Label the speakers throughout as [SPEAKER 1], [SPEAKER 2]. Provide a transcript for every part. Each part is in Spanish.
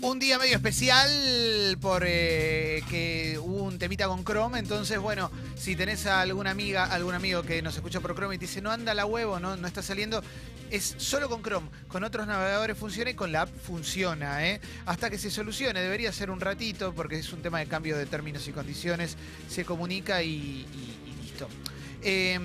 [SPEAKER 1] Un día medio especial por eh, que hubo un temita con Chrome, entonces bueno, si tenés a alguna amiga, algún amigo que nos escucha por Chrome y te dice no anda la huevo, no, no está saliendo, es solo con Chrome, con otros navegadores funciona y con la app funciona, ¿eh? hasta que se solucione, debería ser un ratito porque es un tema de cambio de términos y condiciones, se comunica y, y- y listo. Eh,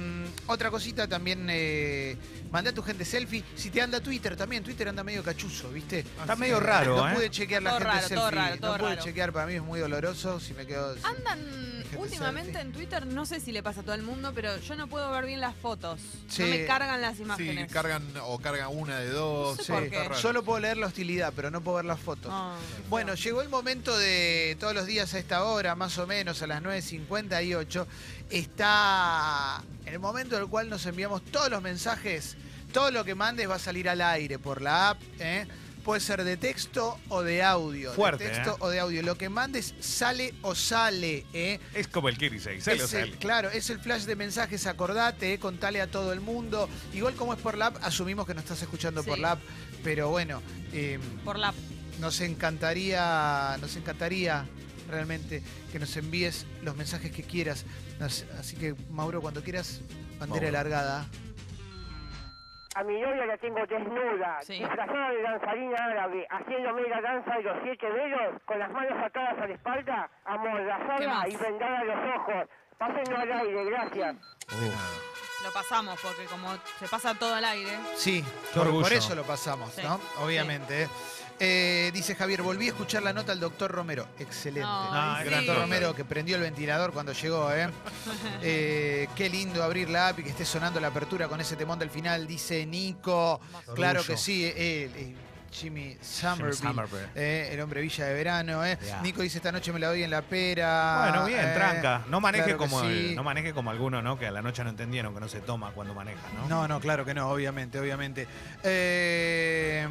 [SPEAKER 1] otra cosita también, eh, mandá a tu gente selfie, si te anda Twitter también, Twitter anda medio cachuzo, ¿viste?
[SPEAKER 2] Está medio raro,
[SPEAKER 1] Ah, No
[SPEAKER 2] ¿eh?
[SPEAKER 1] pude chequear la
[SPEAKER 3] Todo
[SPEAKER 1] gente
[SPEAKER 3] raro, todo
[SPEAKER 1] selfie.
[SPEAKER 3] raro, todo
[SPEAKER 1] no pude
[SPEAKER 3] raro. Ah,
[SPEAKER 1] chequear, para mí es muy doloroso si me quedo. sin-
[SPEAKER 3] Andan
[SPEAKER 1] Gente
[SPEAKER 3] últimamente
[SPEAKER 1] selfie.
[SPEAKER 3] en Twitter, no sé si le pasa a todo el mundo, pero yo no puedo ver bien las fotos.
[SPEAKER 1] Sí.
[SPEAKER 3] No me cargan las
[SPEAKER 4] Sí,
[SPEAKER 3] imágenes.
[SPEAKER 4] cargan o cargan una de dos.
[SPEAKER 3] No sé
[SPEAKER 1] Sí.
[SPEAKER 3] por qué.
[SPEAKER 4] Está raro.
[SPEAKER 1] Solo puedo leer la hostilidad, pero no puedo ver las fotos.
[SPEAKER 3] Ah,
[SPEAKER 1] Bueno, llegó el momento de todos los días a esta hora, más o menos a las 9.58, está el momento en el cual nos enviamos todos los mensajes, todo lo que mandes va a salir al aire por la app, ¿eh? puede ser de texto o de audio,
[SPEAKER 2] Fuerte,
[SPEAKER 1] de texto
[SPEAKER 2] ¿eh?
[SPEAKER 1] o de audio, lo que mandes sale o sale, ¿eh?
[SPEAKER 2] Es como el Kirisei, se lo
[SPEAKER 1] Es el-
[SPEAKER 2] sale.
[SPEAKER 1] Claro, es el flash de mensajes, acordate, eh, contale a todo el mundo. Igual como es por la app, asumimos que nos estás escuchando
[SPEAKER 3] Sí.
[SPEAKER 1] por la app, pero bueno, eh,
[SPEAKER 3] por la
[SPEAKER 1] nos encantaría, nos encantaría realmente que nos envíes los mensajes que quieras. Nos- así que Mauro, cuando quieras, bandera
[SPEAKER 2] Mauro.
[SPEAKER 1] alargada.
[SPEAKER 5] A mi novia la tengo desnuda,
[SPEAKER 3] Sí.
[SPEAKER 5] disfrazada de danzarina árabe, haciéndome la danza de los siete velos, con las manos atadas a la espalda,
[SPEAKER 3] ¿Qué más?
[SPEAKER 5] amordazada y vendada a los ojos. Pásenlo al aire, gracias.
[SPEAKER 3] lo pasamos, porque como se pasa todo al aire.
[SPEAKER 1] Sí,
[SPEAKER 2] Qué
[SPEAKER 1] por,
[SPEAKER 2] orgullo.
[SPEAKER 1] por eso lo pasamos,
[SPEAKER 3] Sí.
[SPEAKER 1] ¿no? Obviamente. ¿eh? Eh, dice Javier, volví a escuchar la nota al doctor Romero. Excelente.
[SPEAKER 2] Ah,
[SPEAKER 3] Ay,
[SPEAKER 1] El
[SPEAKER 2] gran
[SPEAKER 3] sí.
[SPEAKER 1] doctor
[SPEAKER 2] Doctor
[SPEAKER 1] Romero que prendió el ventilador cuando llegó, ¿eh? Eh, Qué lindo abrir la app y que esté sonando la apertura con ese temón del final, dice Nico. Claro que sí, eh, eh, Jimmy Somerville.
[SPEAKER 2] Somerville.
[SPEAKER 1] eh, el hombre villa de verano, ¿eh?
[SPEAKER 2] Ya.
[SPEAKER 1] Nico dice, esta noche me la doy en la pera.
[SPEAKER 2] Bueno, bien,
[SPEAKER 1] eh,
[SPEAKER 2] tranca. No maneje
[SPEAKER 1] claro que
[SPEAKER 2] como el-
[SPEAKER 1] sí.
[SPEAKER 2] no maneje como alguno, ¿no? Que a la noche no entendieron que no se toma cuando maneja, ¿no?
[SPEAKER 1] No, no, claro que no, obviamente, obviamente. Eh,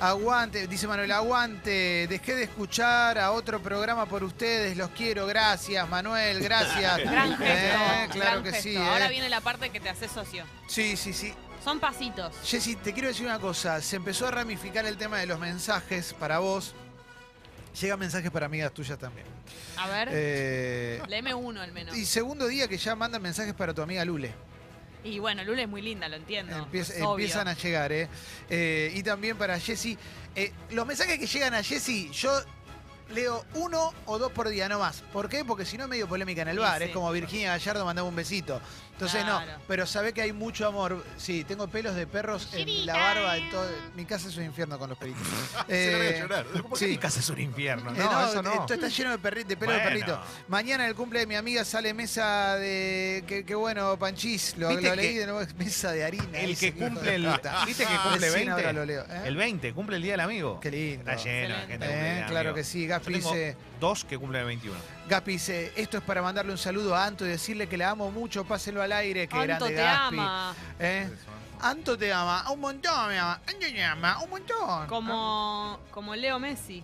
[SPEAKER 1] aguante, dice Manuel, aguante. Dejé de escuchar a otro programa por ustedes, los quiero, gracias, Manuel, gracias.
[SPEAKER 3] Gran gesto.
[SPEAKER 1] Eh, claro
[SPEAKER 3] gran
[SPEAKER 1] que
[SPEAKER 3] gesto.
[SPEAKER 1] sí.
[SPEAKER 3] Ahora
[SPEAKER 1] eh.
[SPEAKER 3] viene la parte que te hace socio.
[SPEAKER 1] Sí, sí, sí.
[SPEAKER 3] Son pasitos.
[SPEAKER 1] Jessy, te quiero decir una cosa. Se empezó a ramificar el tema de los mensajes para vos. Llegan mensajes para amigas tuyas también.
[SPEAKER 3] A ver,
[SPEAKER 1] Eh,
[SPEAKER 3] léeme uno al menos.
[SPEAKER 1] y
[SPEAKER 3] Y,
[SPEAKER 1] segundo día que ya mandan mensajes para tu amiga Lule.
[SPEAKER 3] bueno, Lula es muy linda, lo entiendo.
[SPEAKER 1] Empieza-
[SPEAKER 3] es obvio.
[SPEAKER 1] empiezan a llegar, ¿eh? Eh, Y también para Jessy. Eh, los mensajes que llegan a Jessy, yo leo uno o dos por día, no más. ¿Por qué? Porque si no es medio polémica en el
[SPEAKER 3] Y
[SPEAKER 1] bar.
[SPEAKER 3] sí.
[SPEAKER 1] Es como Virginia Gallardo mandaba un besito. Entonces,
[SPEAKER 3] Claro.
[SPEAKER 1] no. Pero sabe que hay mucho amor. Sí, tengo pelos de perros en la barba. En todo. Mi casa es un infierno con los peritos.
[SPEAKER 4] Se la voy a
[SPEAKER 1] Eh,
[SPEAKER 4] llorar.
[SPEAKER 1] sí.
[SPEAKER 2] Mi casa es un infierno.
[SPEAKER 1] Eh,
[SPEAKER 2] No, eso no.
[SPEAKER 1] Esto está lleno de, perri- de pelo de
[SPEAKER 2] Bueno.
[SPEAKER 1] perrito. Mañana en el cumple de mi amiga sale mesa de. Qué, qué bueno, Panchis. Lo,
[SPEAKER 2] Viste
[SPEAKER 1] lo leí
[SPEAKER 2] que
[SPEAKER 1] de nuevo, es mesa de harina.
[SPEAKER 2] El
[SPEAKER 1] dice,
[SPEAKER 2] que
[SPEAKER 1] hijo de
[SPEAKER 2] cumple el.
[SPEAKER 1] puta.
[SPEAKER 2] ¿Viste que cumple
[SPEAKER 1] Recién ahora
[SPEAKER 2] 20?
[SPEAKER 1] lo leo, ¿eh?
[SPEAKER 2] El 20, cumple el día del amigo.
[SPEAKER 1] Qué lindo.
[SPEAKER 2] Está lleno de gente.
[SPEAKER 3] Excelente.
[SPEAKER 2] que cumple el día
[SPEAKER 1] Eh,
[SPEAKER 2] del
[SPEAKER 1] Claro
[SPEAKER 2] amigo.
[SPEAKER 1] que sí.
[SPEAKER 2] Yo
[SPEAKER 1] Gaspi
[SPEAKER 2] tengo
[SPEAKER 1] dice,
[SPEAKER 2] Dos que cumplen el 21.
[SPEAKER 1] Gaspi dice, esto es para mandarle un saludo a Anto y decirle que la amo mucho, pásenlo al aire, que
[SPEAKER 3] Anto
[SPEAKER 1] grande
[SPEAKER 3] te
[SPEAKER 1] Gaspi.
[SPEAKER 3] ama.
[SPEAKER 1] ¿Eh? Anto te ama, un montón me ama, Anto te ama, un montón.
[SPEAKER 3] Como, como Leo Messi,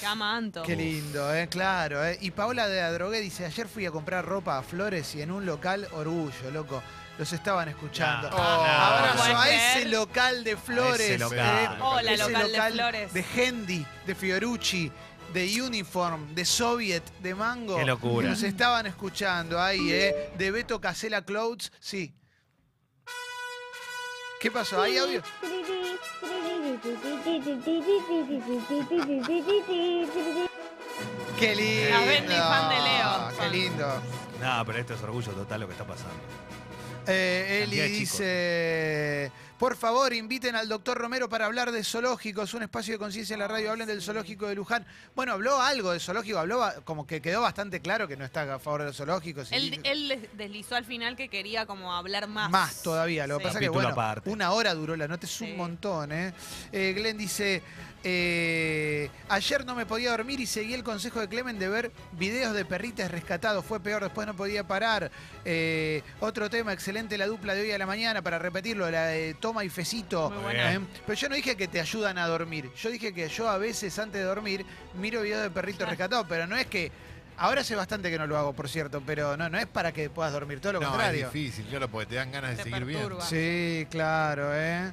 [SPEAKER 3] que ama a Anto.
[SPEAKER 1] Qué lindo, ¿eh? claro. ¿eh? Y Paola de Adrogué dice, ayer fui a comprar ropa a Flores y en un local orgullo, loco. Los estaban escuchando.
[SPEAKER 2] No,
[SPEAKER 4] Oh,
[SPEAKER 2] no,
[SPEAKER 1] Abrazo
[SPEAKER 3] no.
[SPEAKER 1] a
[SPEAKER 3] ¿Puedes
[SPEAKER 1] ese
[SPEAKER 3] creer?
[SPEAKER 1] local de Flores. eh,
[SPEAKER 2] Ah. A ese local.
[SPEAKER 3] Hola,
[SPEAKER 1] Ese
[SPEAKER 3] local de Flores.
[SPEAKER 1] De Hendy, de Fiorucci, de Uniform, de Soviet, de Mango.
[SPEAKER 2] Qué locura.
[SPEAKER 1] Los estaban escuchando ahí, ¿eh? De Beto Casella Clouds, sí. ¿Qué pasó? ¿Hay audio? Qué lindo.
[SPEAKER 3] Las Bendy fan de Leo,
[SPEAKER 1] Qué
[SPEAKER 3] fan.
[SPEAKER 1] lindo.
[SPEAKER 2] No, pero esto es orgullo total lo que está pasando.
[SPEAKER 1] Eh, Eli
[SPEAKER 2] Cantidad de chicos.
[SPEAKER 1] dice, por favor, inviten al doctor Romero para hablar de zoológicos, un espacio de conciencia en la radio, hablen del zoológico de Luján. Bueno, habló algo de zoológico, habló ba- como que quedó bastante claro que no está a favor de los zoológicos. y
[SPEAKER 3] Él,
[SPEAKER 1] dijo-
[SPEAKER 3] él des- deslizó al final que quería como hablar más.
[SPEAKER 1] más. todavía. Lo que
[SPEAKER 3] Sí.
[SPEAKER 1] pasa que,
[SPEAKER 2] Capítulo
[SPEAKER 1] bueno,
[SPEAKER 2] aparte.
[SPEAKER 1] una hora duró la nota, es
[SPEAKER 3] Sí.
[SPEAKER 1] un montón, ¿eh? Eh, Glenn dice, eh, ayer no me podía dormir y seguí el consejo de Clemen de ver videos de perritas rescatados. Fue peor, después no podía parar. Eh, otro tema, excelente la dupla de hoy a la mañana, para repetirlo, la de Toma y Fecito.
[SPEAKER 3] Muy
[SPEAKER 2] buena.
[SPEAKER 1] ¿eh? Pero yo no dije que te ayudan a dormir. Yo dije que yo a veces, antes de dormir, miro videos de perritos
[SPEAKER 3] Claro.
[SPEAKER 1] rescatados, pero no es que... Ahora hace bastante que no lo hago, por cierto, pero no, no es para que puedas dormir, todo lo
[SPEAKER 4] no,
[SPEAKER 1] contrario.
[SPEAKER 4] es difícil, claro, porque te dan ganas de
[SPEAKER 3] Te
[SPEAKER 4] seguir
[SPEAKER 3] perturba.
[SPEAKER 4] viendo.
[SPEAKER 1] Sí, claro, ¿eh?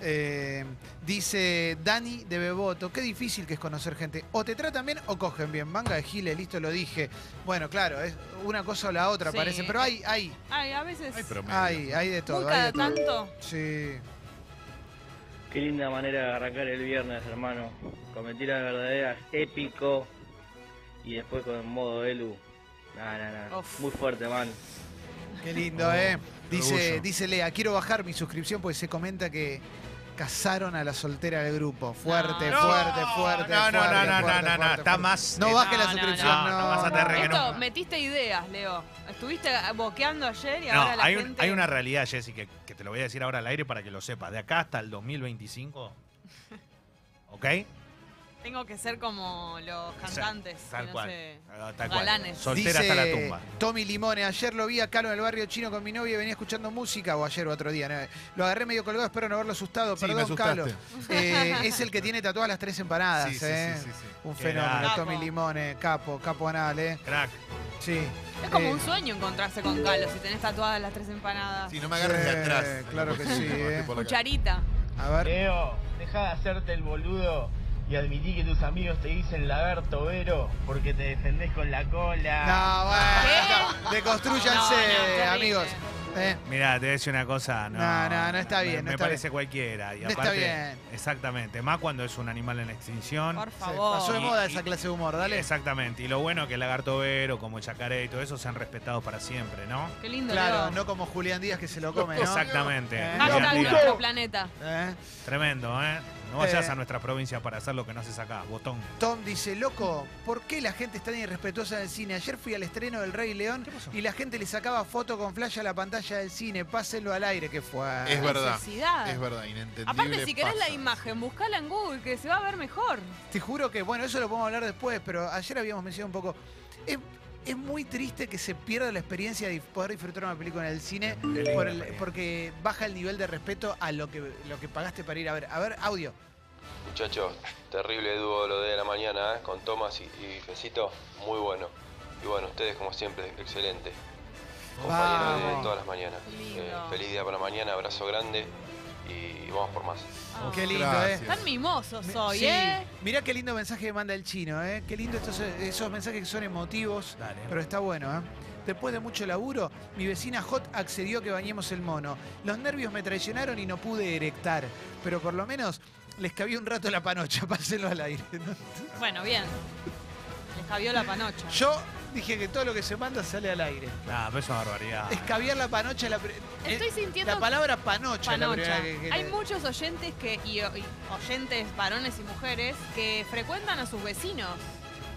[SPEAKER 1] Eh, Dice Dani de Beboto, qué difícil que es conocer gente. O te tratan bien o cogen bien. Manga de giles, listo, lo dije. Bueno, claro, es una cosa o la otra,
[SPEAKER 3] Sí.
[SPEAKER 1] parece. Pero hay, hay,
[SPEAKER 3] Ay, a veces.
[SPEAKER 4] Ay, pero me-
[SPEAKER 1] hay, hay de
[SPEAKER 3] muy
[SPEAKER 1] todo. hay
[SPEAKER 3] cada
[SPEAKER 1] de todo.
[SPEAKER 3] tanto.
[SPEAKER 1] Sí.
[SPEAKER 6] Qué linda manera de arrancar el viernes, hermano. Cometí las verdaderas épico y después con modo Elu. Nah, nah, nah.
[SPEAKER 3] Uf.
[SPEAKER 6] Muy fuerte, man.
[SPEAKER 1] Qué lindo,
[SPEAKER 4] Oh,
[SPEAKER 1] ¿eh?
[SPEAKER 4] qué
[SPEAKER 1] Dice,
[SPEAKER 4] orgullo.
[SPEAKER 1] dice Lea, quiero bajar mi suscripción porque se comenta que casaron a la soltera del grupo. Fuerte,
[SPEAKER 3] No.
[SPEAKER 1] fuerte, fuerte.
[SPEAKER 2] No, no, no,
[SPEAKER 1] fuerte,
[SPEAKER 2] no,
[SPEAKER 1] fuerte,
[SPEAKER 2] no, no, no,
[SPEAKER 1] fuerte,
[SPEAKER 2] está
[SPEAKER 1] fuerte.
[SPEAKER 2] más.
[SPEAKER 1] No
[SPEAKER 2] eh,
[SPEAKER 1] baje la
[SPEAKER 3] no, no,
[SPEAKER 1] suscripción,
[SPEAKER 2] no,
[SPEAKER 1] no.
[SPEAKER 2] no, más aterre que no.
[SPEAKER 3] Esto, metiste ideas, Leo. Estuviste boqueando ayer y
[SPEAKER 2] no,
[SPEAKER 3] ahora la
[SPEAKER 2] hay, un-
[SPEAKER 3] gente.
[SPEAKER 2] hay una realidad, Jessy, que, que te lo voy a decir ahora al aire para que lo sepas. De acá hasta el 2025, ¿ok?
[SPEAKER 3] Tengo que ser como los cantantes. que
[SPEAKER 2] Tal
[SPEAKER 3] no
[SPEAKER 2] cual.
[SPEAKER 3] sé.
[SPEAKER 2] Ah, tal cual.
[SPEAKER 3] Galanes.
[SPEAKER 2] Soltera
[SPEAKER 1] Dice
[SPEAKER 2] hasta la tumba.
[SPEAKER 1] Tommy Limone, ayer lo vi a Calo en el barrio chino con mi novia y venía escuchando música, o ayer o otro día, ¿no? lo agarré medio colgado, espero no haberlo asustado,
[SPEAKER 4] Sí, me
[SPEAKER 1] perdón
[SPEAKER 4] asustaste.
[SPEAKER 1] Calo. Eh, es el que tiene tatuadas las tres empanadas,
[SPEAKER 4] Sí, sí,
[SPEAKER 1] ¿eh?
[SPEAKER 4] sí, sí, sí.
[SPEAKER 1] Un
[SPEAKER 2] Qué
[SPEAKER 1] fenómeno,
[SPEAKER 2] grande.
[SPEAKER 1] Tommy
[SPEAKER 3] Capo.
[SPEAKER 1] Limone, capo, capo anal, ¿eh?
[SPEAKER 2] Crack.
[SPEAKER 1] Sí.
[SPEAKER 3] Es como
[SPEAKER 1] Eh,
[SPEAKER 3] un sueño encontrarse con Calo si tenés tatuadas las tres empanadas.
[SPEAKER 4] Sí, no me agarres de
[SPEAKER 1] Sí,
[SPEAKER 4] atrás.
[SPEAKER 1] claro que sí, eh.
[SPEAKER 4] Por la cara.
[SPEAKER 3] Cucharita.
[SPEAKER 1] A ver.
[SPEAKER 7] Leo, deja de hacerte el boludo y admití que tus amigos te dicen lagarto vero porque te defendés con la cola.
[SPEAKER 1] No, bueno. Deconstruyanse,
[SPEAKER 3] No, no,
[SPEAKER 1] amigos. Eh,
[SPEAKER 2] Mira, te voy a decir una cosa. No,
[SPEAKER 1] No, no, no está
[SPEAKER 2] me-
[SPEAKER 1] bien, no
[SPEAKER 2] Me,
[SPEAKER 1] está
[SPEAKER 2] parece cualquiera. Y
[SPEAKER 1] No está
[SPEAKER 2] aparte,
[SPEAKER 1] bien.
[SPEAKER 2] Exactamente. Más cuando es un animal en extinción.
[SPEAKER 3] Por
[SPEAKER 1] se
[SPEAKER 3] favor.
[SPEAKER 1] pasó de
[SPEAKER 2] Y-
[SPEAKER 1] moda
[SPEAKER 2] y-
[SPEAKER 1] esa clase de humor, dale.
[SPEAKER 2] Exactamente. Y lo bueno que el lagarto vero, como el yacaré y todo eso, se han respetado para siempre, ¿no?
[SPEAKER 3] Qué lindo,
[SPEAKER 1] Claro,
[SPEAKER 3] Leo.
[SPEAKER 1] no como Julián Díaz que se lo come, ¿no?
[SPEAKER 2] Exactamente.
[SPEAKER 1] Eh.
[SPEAKER 2] Bien,
[SPEAKER 1] Hashtag
[SPEAKER 3] Hashtag
[SPEAKER 2] bien.
[SPEAKER 3] nuestro planeta.
[SPEAKER 1] Eh.
[SPEAKER 2] Tremendo, ¿eh? No vayas
[SPEAKER 1] Eh.
[SPEAKER 2] a nuestra provincia para hacer lo que no haces acá. Botón.
[SPEAKER 1] Tom dice, loco, ¿por qué la gente es tan irrespetuosa en el cine? Ayer fui al estreno del Rey León
[SPEAKER 2] ¿Qué pasó?
[SPEAKER 1] y la gente le sacaba foto con flash a la pantalla del cine. Pásenlo al aire, que fue.
[SPEAKER 4] Es verdad.
[SPEAKER 3] Necesidad.
[SPEAKER 4] Es verdad, inentendible.
[SPEAKER 3] Aparte, si querés la
[SPEAKER 4] pasa.
[SPEAKER 3] imagen, buscala en Google, que se va a ver mejor.
[SPEAKER 1] Te juro que, bueno, eso lo podemos hablar después, pero ayer habíamos mencionado un poco. Es, es muy triste que se pierda la experiencia de poder disfrutar una película en el cine
[SPEAKER 2] Es linda
[SPEAKER 1] por el-
[SPEAKER 2] experiencia.
[SPEAKER 1] porque baja el nivel de respeto a lo que, lo que pagaste para ir a ver. A ver, audio.
[SPEAKER 8] Muchachos, terrible dúo lo de la mañana, ¿eh? con Tomás y, y Fecito, muy bueno. Y bueno, ustedes como siempre, excelente. Compañeros de
[SPEAKER 1] Vamos.
[SPEAKER 8] todas las mañanas. Eh,
[SPEAKER 3] Qué lindo.
[SPEAKER 8] feliz día para mañana, abrazo grande y vamos por más.
[SPEAKER 3] Ah.
[SPEAKER 1] Qué lindo,
[SPEAKER 4] gracias.
[SPEAKER 1] ¿eh?
[SPEAKER 3] Tan mimoso soy,
[SPEAKER 1] Sí.
[SPEAKER 3] ¿eh?
[SPEAKER 1] Mirá qué lindo mensaje que manda el chino, ¿eh? Qué lindo estos, esos mensajes que son emotivos,
[SPEAKER 2] Dale.
[SPEAKER 1] pero está bueno, ¿eh? Después de mucho laburo, mi vecina Hot accedió a que bañemos el mono. Los nervios me traicionaron y no pude erectar, pero por lo menos les cabía un rato la panocha, pásenlo al aire.
[SPEAKER 3] Bueno, bien. Les cabió la panocha.
[SPEAKER 1] Yo dije que todo lo que se manda sale al aire.
[SPEAKER 2] Nah, Ah, pero es una barbaridad.
[SPEAKER 1] Escabiar la panocha es la pri-
[SPEAKER 3] Estoy
[SPEAKER 1] eh,
[SPEAKER 3] sintiendo
[SPEAKER 1] la palabra panocha, es la
[SPEAKER 3] panocha.
[SPEAKER 1] primera que- que-
[SPEAKER 3] Hay muchos oyentes que y, y oyentes varones y mujeres que frecuentan a sus vecinos.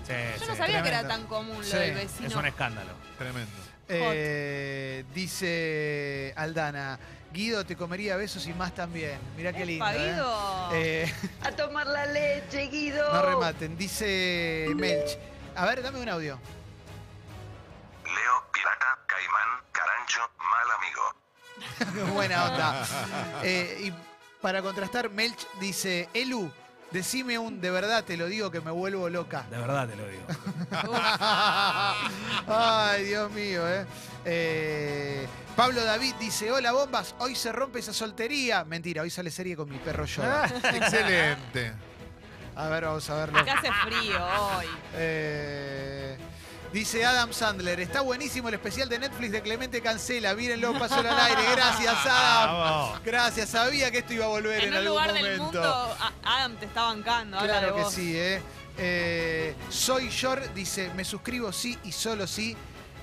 [SPEAKER 2] Sí,
[SPEAKER 3] Yo
[SPEAKER 2] sí.
[SPEAKER 3] no sabía que era
[SPEAKER 1] tremendo.
[SPEAKER 3] tan común lo
[SPEAKER 1] Sí,
[SPEAKER 3] del
[SPEAKER 2] Es
[SPEAKER 3] vecino.
[SPEAKER 2] un escándalo.
[SPEAKER 4] Tremendo.
[SPEAKER 1] Eh, dice Aldana, Guido te comería besos y más también. Mirá qué lindo.
[SPEAKER 3] Epa,
[SPEAKER 1] ¿eh?
[SPEAKER 3] Guido.
[SPEAKER 1] Eh,
[SPEAKER 9] A tomar la leche, Guido.
[SPEAKER 1] no rematen, dice Melch. A ver, dame un audio.
[SPEAKER 10] Leo, pirata, caimán, carancho, mal amigo.
[SPEAKER 1] Buena onda. Eh, y para contrastar, Melch dice, Elu, decime un de verdad, te lo digo que me vuelvo loca.
[SPEAKER 2] De verdad te lo digo.
[SPEAKER 1] Ay, Dios mío, eh. Eh, Pablo David dice, hola bombas, hoy se rompe esa soltería. Mentira, hoy sale serie con mi perro Yoda.
[SPEAKER 4] Excelente.
[SPEAKER 1] Eh. A ver, vamos a verlo.
[SPEAKER 3] Acá hace frío hoy.
[SPEAKER 1] Eh, dice Adam Sandler, está buenísimo el especial de Netflix de Clemente Cancela, mírenlo, pasó al aire. Gracias,
[SPEAKER 2] Ah,
[SPEAKER 1] Adam.
[SPEAKER 2] Vamos.
[SPEAKER 1] Gracias, sabía que esto iba a volver en,
[SPEAKER 3] En un
[SPEAKER 1] algún
[SPEAKER 3] lugar del
[SPEAKER 1] momento.
[SPEAKER 3] mundo, a- Adam te está bancando. habla
[SPEAKER 1] Claro
[SPEAKER 3] de
[SPEAKER 1] que
[SPEAKER 3] vos.
[SPEAKER 1] sí, ¿eh? Eh, Soy Short dice, me suscribo sí y solo sí.